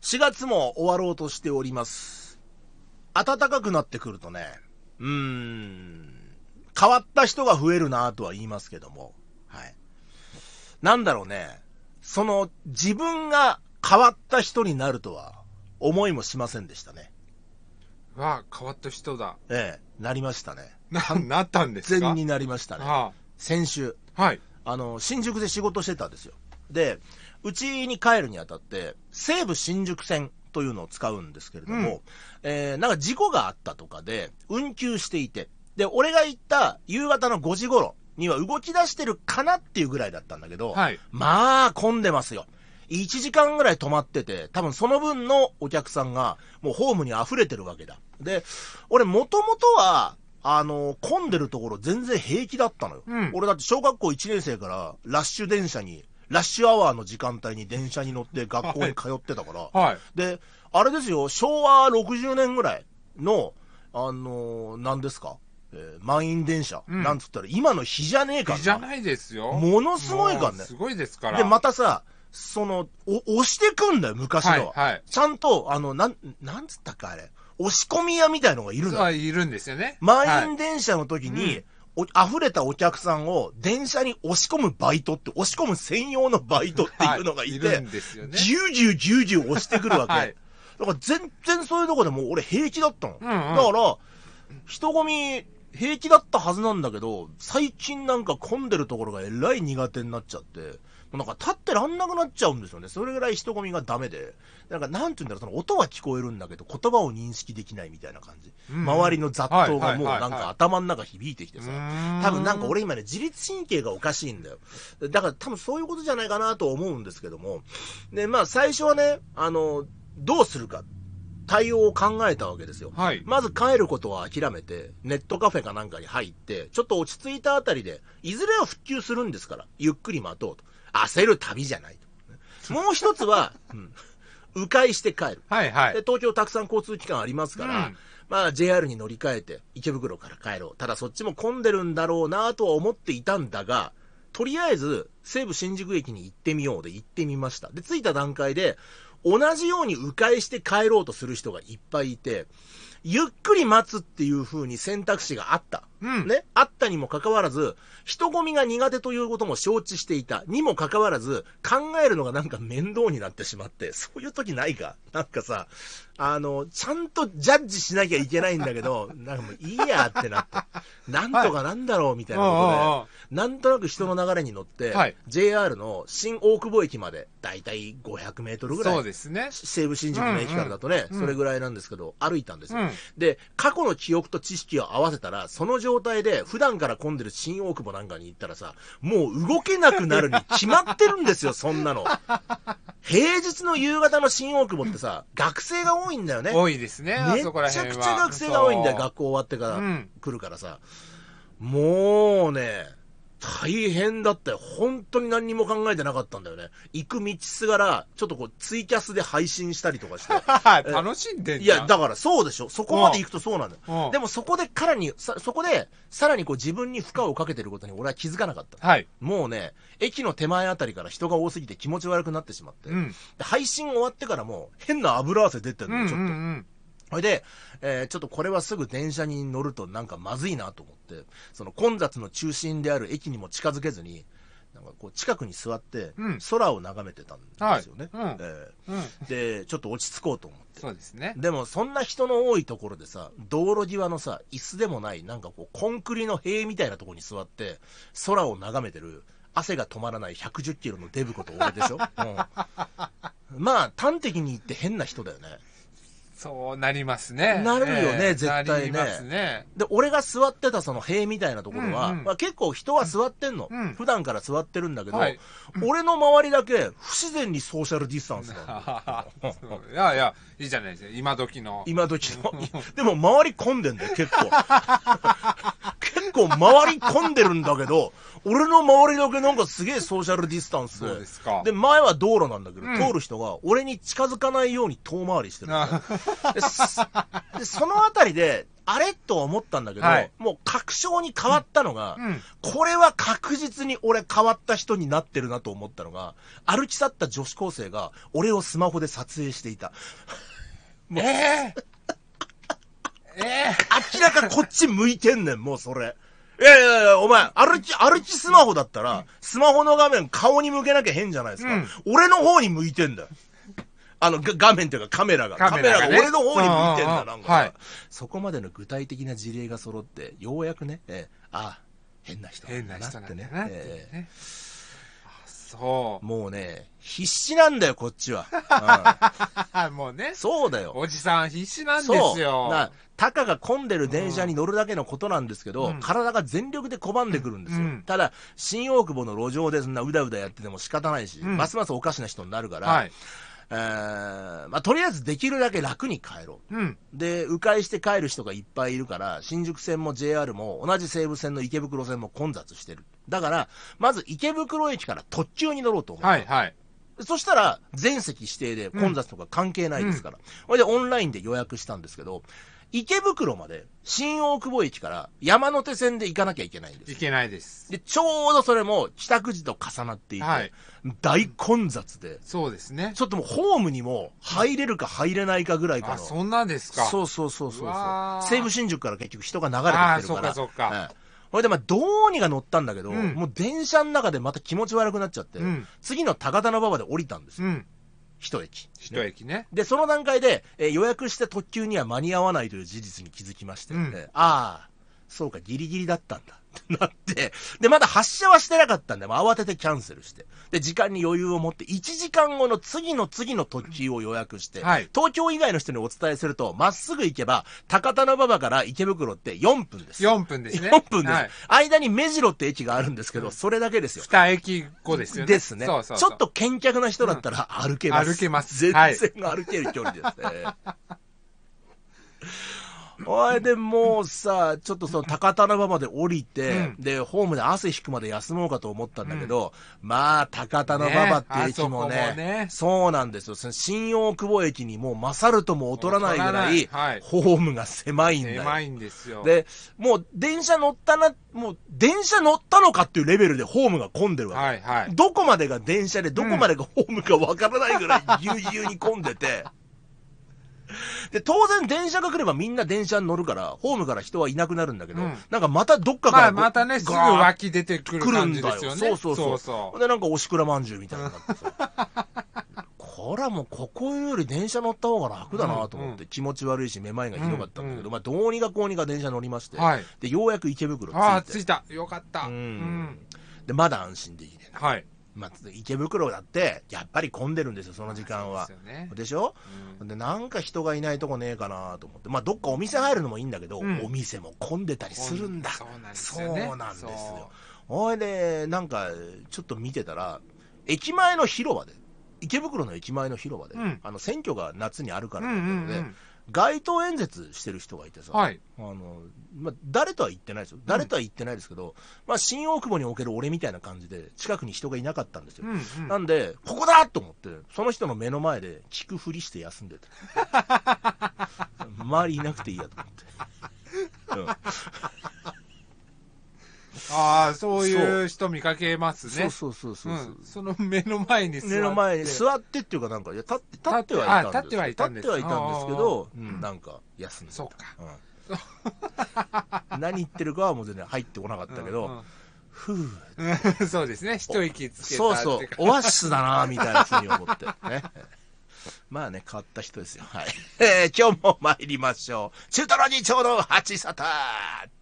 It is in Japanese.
4月も終わろうとしております。暖かくなってくるとね、うーん、変わった人が増えるなとは言いますけども、はい。なんだろうね、その自分が変わった人になるとは思いもしませんでしたね。わあ、変わった人 だ。ええ、なりましたね。な、なったんですか全になりましたね。あ先週。あはい。あの、新宿で仕事してたんですよ。で、うちに帰るにあたって、西武新宿線というのを使うんですけれども、うんえーなんか事故があったとかで、運休していて、で、俺が行った夕方の5時頃には動き出してるかなっていうぐらいだったんだけど、はい。まあ、混んでますよ。1時間ぐらい止まってて、多分その分のお客さんが、もうホームに溢れてるわけだ。で、俺、もともとは、あの、混んでるところ全然平気だったのよ。うん俺だって小学校1年生から、ラッシュ電車に、ラッシュアワーの時間帯に電車に乗って学校に通ってたから、はい。で、あれですよ、昭和60年ぐらいの、あのー、何ですか、えー満員電車、うんなんつったら、今の日じゃねえかいらいじゃないですよ。ものすごいからねもうすごいですから。で、またさ、その、お押してくんだよ、昔のはい、は。はい。ちゃんと、あの、なん、なんつったか、あれ。押し込み屋みたいのがいるのはよ。いるんですよね。満は員い電車の時に、うんお溢れたお客さんを電車に押し込むバイトって、押し込む専用のバイトっていうのがいて、はるんですよね。ジュージュージュージュー押してくるわけ。はいだから全然そういうとこでもう俺平気だったの。うんうんだから、人混み平気だったはずなんだけど、最近なんか混んでるところがえらい苦手になっちゃって、もうなんか立ってらんなくなっちゃうんですよね。それぐらい人混みがダメで。なんかなんて言うんだろう、その音は聞こえるんだけど、言葉を認識できないみたいな感じ。うん周りの雑踏がもうはいはいはいはいなんか頭の中響いてきてさ。多多分なんか、俺今ね、自律神経がおかしいんだよ。だから多分そういうことじゃないかなと思うんですけども。で、まあ最初はね、あの、どうするか、対応を考えたわけですよ。はい。まず帰ることは諦めて、ネットカフェかなんかに入って、ちょっと落ち着いたあたりで、いずれは復旧するんですから、ゆっくり待とうと。焦る旅じゃないと。もう一つは、うん、迂回して帰る。はいはいで、。東京たくさん交通機関ありますから、うんまあ JR に乗り換えて池袋から帰ろう。ただそっちも混んでるんだろうなとは思っていたんだが、とりあえず西武新宿駅に行ってみようで行ってみました。で、着いた段階で、同じように迂回して帰ろうとする人がいっぱいいて、ゆっくり待つっていう風に選択肢があった。うん。ね、あったにもかかわらず、人混みが苦手ということも承知していたにもかかわらず、考えるのがなんか面倒になってしまって、そういう時ないかなんかさ、あの、ちゃんとジャッジしなきゃいけないんだけど、なんかもういいやってなって、なんとかなんだろうみたいなことで、あなんとなく人の流れに乗って、はい JR の新大久保駅まで、だいたい500メートあルぐらいそう、ですね。西武新宿の駅からだとね、うんうんそれぐらいなんですけど、歩いたんですうよ。ん。で、過去の記憶と知識を合わせたら、その状態で普段から混んでる新大久保なんかに行ったらさ、もう動けなくなる に決まってるんですよ、そんなの。平日の夕方の新大久保ってさ、学生が多いんだよね。多いですね、あめっそこらちゃ辺は。くちゃ学生が多いんだよ、そう学校終わってから、うん来るからさ。もうね、大変だったよ。本当に何にも考えてなかったんだよね。行く道すがら、ちょっとこう、ツイキャスで配信したりと かして。え楽しんでんいじゃん。や、だからそうでしょ。そこまで行くとそうなんだよ。うんでもそこでからに、さそこで、さらにこう自分に負荷をかけてることに俺は気づかなかった。はい。もうね、駅の手前あたりから人が多すぎて気持ち悪くなってしまって、うん。で配信終わってからもう変な油汗出てるうのんよ、うちょっと。んそれで、えーちょっとこれはすぐ電車に乗るとなんかまずいなと思って、その混雑の中心である駅にも近づけずに、なんかこう近くに座ってうん、空を眺めてたんですよね。はいうんえうん。うん。ーで、ちょっと落ち着こうと思って。そうですね。でもそんな人の多いところでさ、道路際のさ、椅子でもない、なんかこう、コンクリの塀みたいなところに座って、空を眺めてる、汗が止まらない110キロのデブこと俺でしょ、 うん、まあ、端的に言って変な人だよね。そうなりますね。なるよねええ絶対ねなります ね。で、俺が座ってたその塀みたいなところは、うんうんまあ、結構人は座ってんの、うん普段から座ってるんだけど、はい俺の周りだけ不自然にソーシャルディスタンスが。そういやいや、いいじゃないですか。今時の。今時の。 いやでも周り混んでんだよ、結構。 結構周り混んでるんだけど、俺の周りだけなんかすげえソーシャルディスタンスで。そうですかで、前は道路なんだけど、うん通る人が 俺に近づかないように遠回りしてるんだよあでそでそのあたりで、あれと思ったんだけど、はいもう確証に変わったのが、うん。これは確実に俺変わった人になってるなと思ったのが、歩き去った女子高生が俺をスマホで撮影していた。 ええええ明らかこっち向いてんねん、もうそれ。いやいやいや、お前、歩き、歩きスマホだったら、スマホの画面顔に向けなきゃ変じゃないですか。うん俺の方に向いてんだよ。あの、が画面というかカメラが、カカメメララががね俺の方に向いてんうんうんだ、うんなんかさ、はいそこまでの具体的な事例が揃って、ようやくね、ええああ、変な人変な人っなてんだね。なっていうええね。あ、そもうね、必死なんだよ、こっちは。うんう。 もうね、そうだよ。おじさん必死なんそうですよ。なたかが混んでる電車に乗るだけのことなんですけど、うん体が全力で拒んでくるんですよ、うんただ、新大久保の路上でそんなうだうだやってても仕方ないし、うんますますおかしな人になるから、はい。えーまあ、とりあえずできるだけ楽に帰ろう。うん。で、迂回して帰る人がいっぱいいるから、新宿線も JR も同じ西武線の池袋線も混雑してる。だから、まず池袋駅から特急に乗ろうと思う。はい、はい。そしたら、全席指定で混雑とか関係ないですから。それで、オンラインで予約したんですけど、池袋まで、新大久保駅から山手線で行かなきゃいけないんでいす。けないです。で、ちょうどそれも帰宅時と重なっていて、はい。大混雑で、そうですね。ちょっともうホームにも入れるか入れないかぐらいかあ、の。そんなんですか。そうそうそうそうそううわー西武新宿から結局人が流れてああ、きてそるかうらか、そうか。うんほいでまあどうにか乗ったんだけど、うんもう電車の中でまた気持ち悪くなっちゃって、うん。次の高田馬場で降りたんですよ、うん。一駅一駅ね。でその段階で、えー予約した特急には間に合わないという事実に気づきまして、うんえーああそうかギリギリだったんだってなってでまだ発車はしてなかったんで、まあ、慌ててキャンセルしてで時間に余裕を持って1時間後の次の次の特急を予約して、はい。東京以外の人にお伝えすると、まっすぐ行けば、高田馬場から池袋って4分です。 4分ですね。 4分です、はい。間に目白って駅があるんですけど、それだけですよ。二駅後ですよね。ですね。そうそうちそうょっと健脚な人だったら歩けます。歩けます全はい然歩ける距離ですね。 おいでもうさ、ちょっとその高田馬場で降りて、うで、ホームで汗引くまで休もうかと思ったんだけど、まあ、高田馬場って駅もねあねそこもねそうなんですよ。その新大久保駅にもう勝るとも劣らないぐらい、はい。ホームが狭いんだよ。狭いんですよ。で、もう電車乗ったな、もう電車乗ったのかっていうレベルでホームが混んでるわけ。はいはい。どこまでが電車で、どこまでがホームかわからないぐらいぎゅうぎゅうに混んでて。で、当然電車が来ればみんな電車に乗るから、ホームから人はいなくなるんだけど、うんなんかまたどっかかまらあこう、またね、すぐ湧き出てくる来る感んじだでよ。すよね。そうそうそう。そうそうで、なんか、おしくらまんじゅうみたいになってさ。こらもう、ここより電車乗った方が楽だなと思って、うん気持ち悪いし、めまいがひどかったんだけど、うんうんまあ、どうにかこうにか電車乗りまして、はい。で、ようやく池袋着ああ、いて。ついた。よかった。ううんん。で、まだ安心できねえな。はい。まあ、池袋だって、やっぱり混んでるんですよ、その時間はそう。ですよねでしょうんで、なんか人がいないとこねえかなと思って。まあ、どっかお店入るのもいいんだけど、うんお店も混んでたりするんだ。そうなんですよね。そうなんですよそほいで、なんか、ちょっと見てたら、駅前の広場で、池袋の駅前の広場で、うんあの、選挙が夏にあるかう。うらんなうんんだうけどね、ん。街頭演説してる人がいてさ、はい。あの、まあ、誰とは言ってないですよ。誰とは言ってないですけど、まあ、新大久保における俺みたいな感じで、近くに人がいなかったんですよ。うんうん。なんで、ここだと思って、その人の目の前で聞くふりして休んでた。 周りいなくていいやと思って。ああ、そういう人見かけますうん、ね。そうそうそううそう。ん。その目の前に座って。目の前に座ってっていうかなんか、いや、立って、立ってはいたんですあ立ってはいたんです立ってはいたんですけど、うん、なんか、休んでた。そうか。 うん何言ってるかはもう全然入ってこなかったけど、うんうんふううんそうですね。一息つけたそうってそういう、かオアシスだな、みたいなふうに思って。ね。まあね、変わった人ですよ。はい。えー今日も参りましょう。中トロにちょうど8サター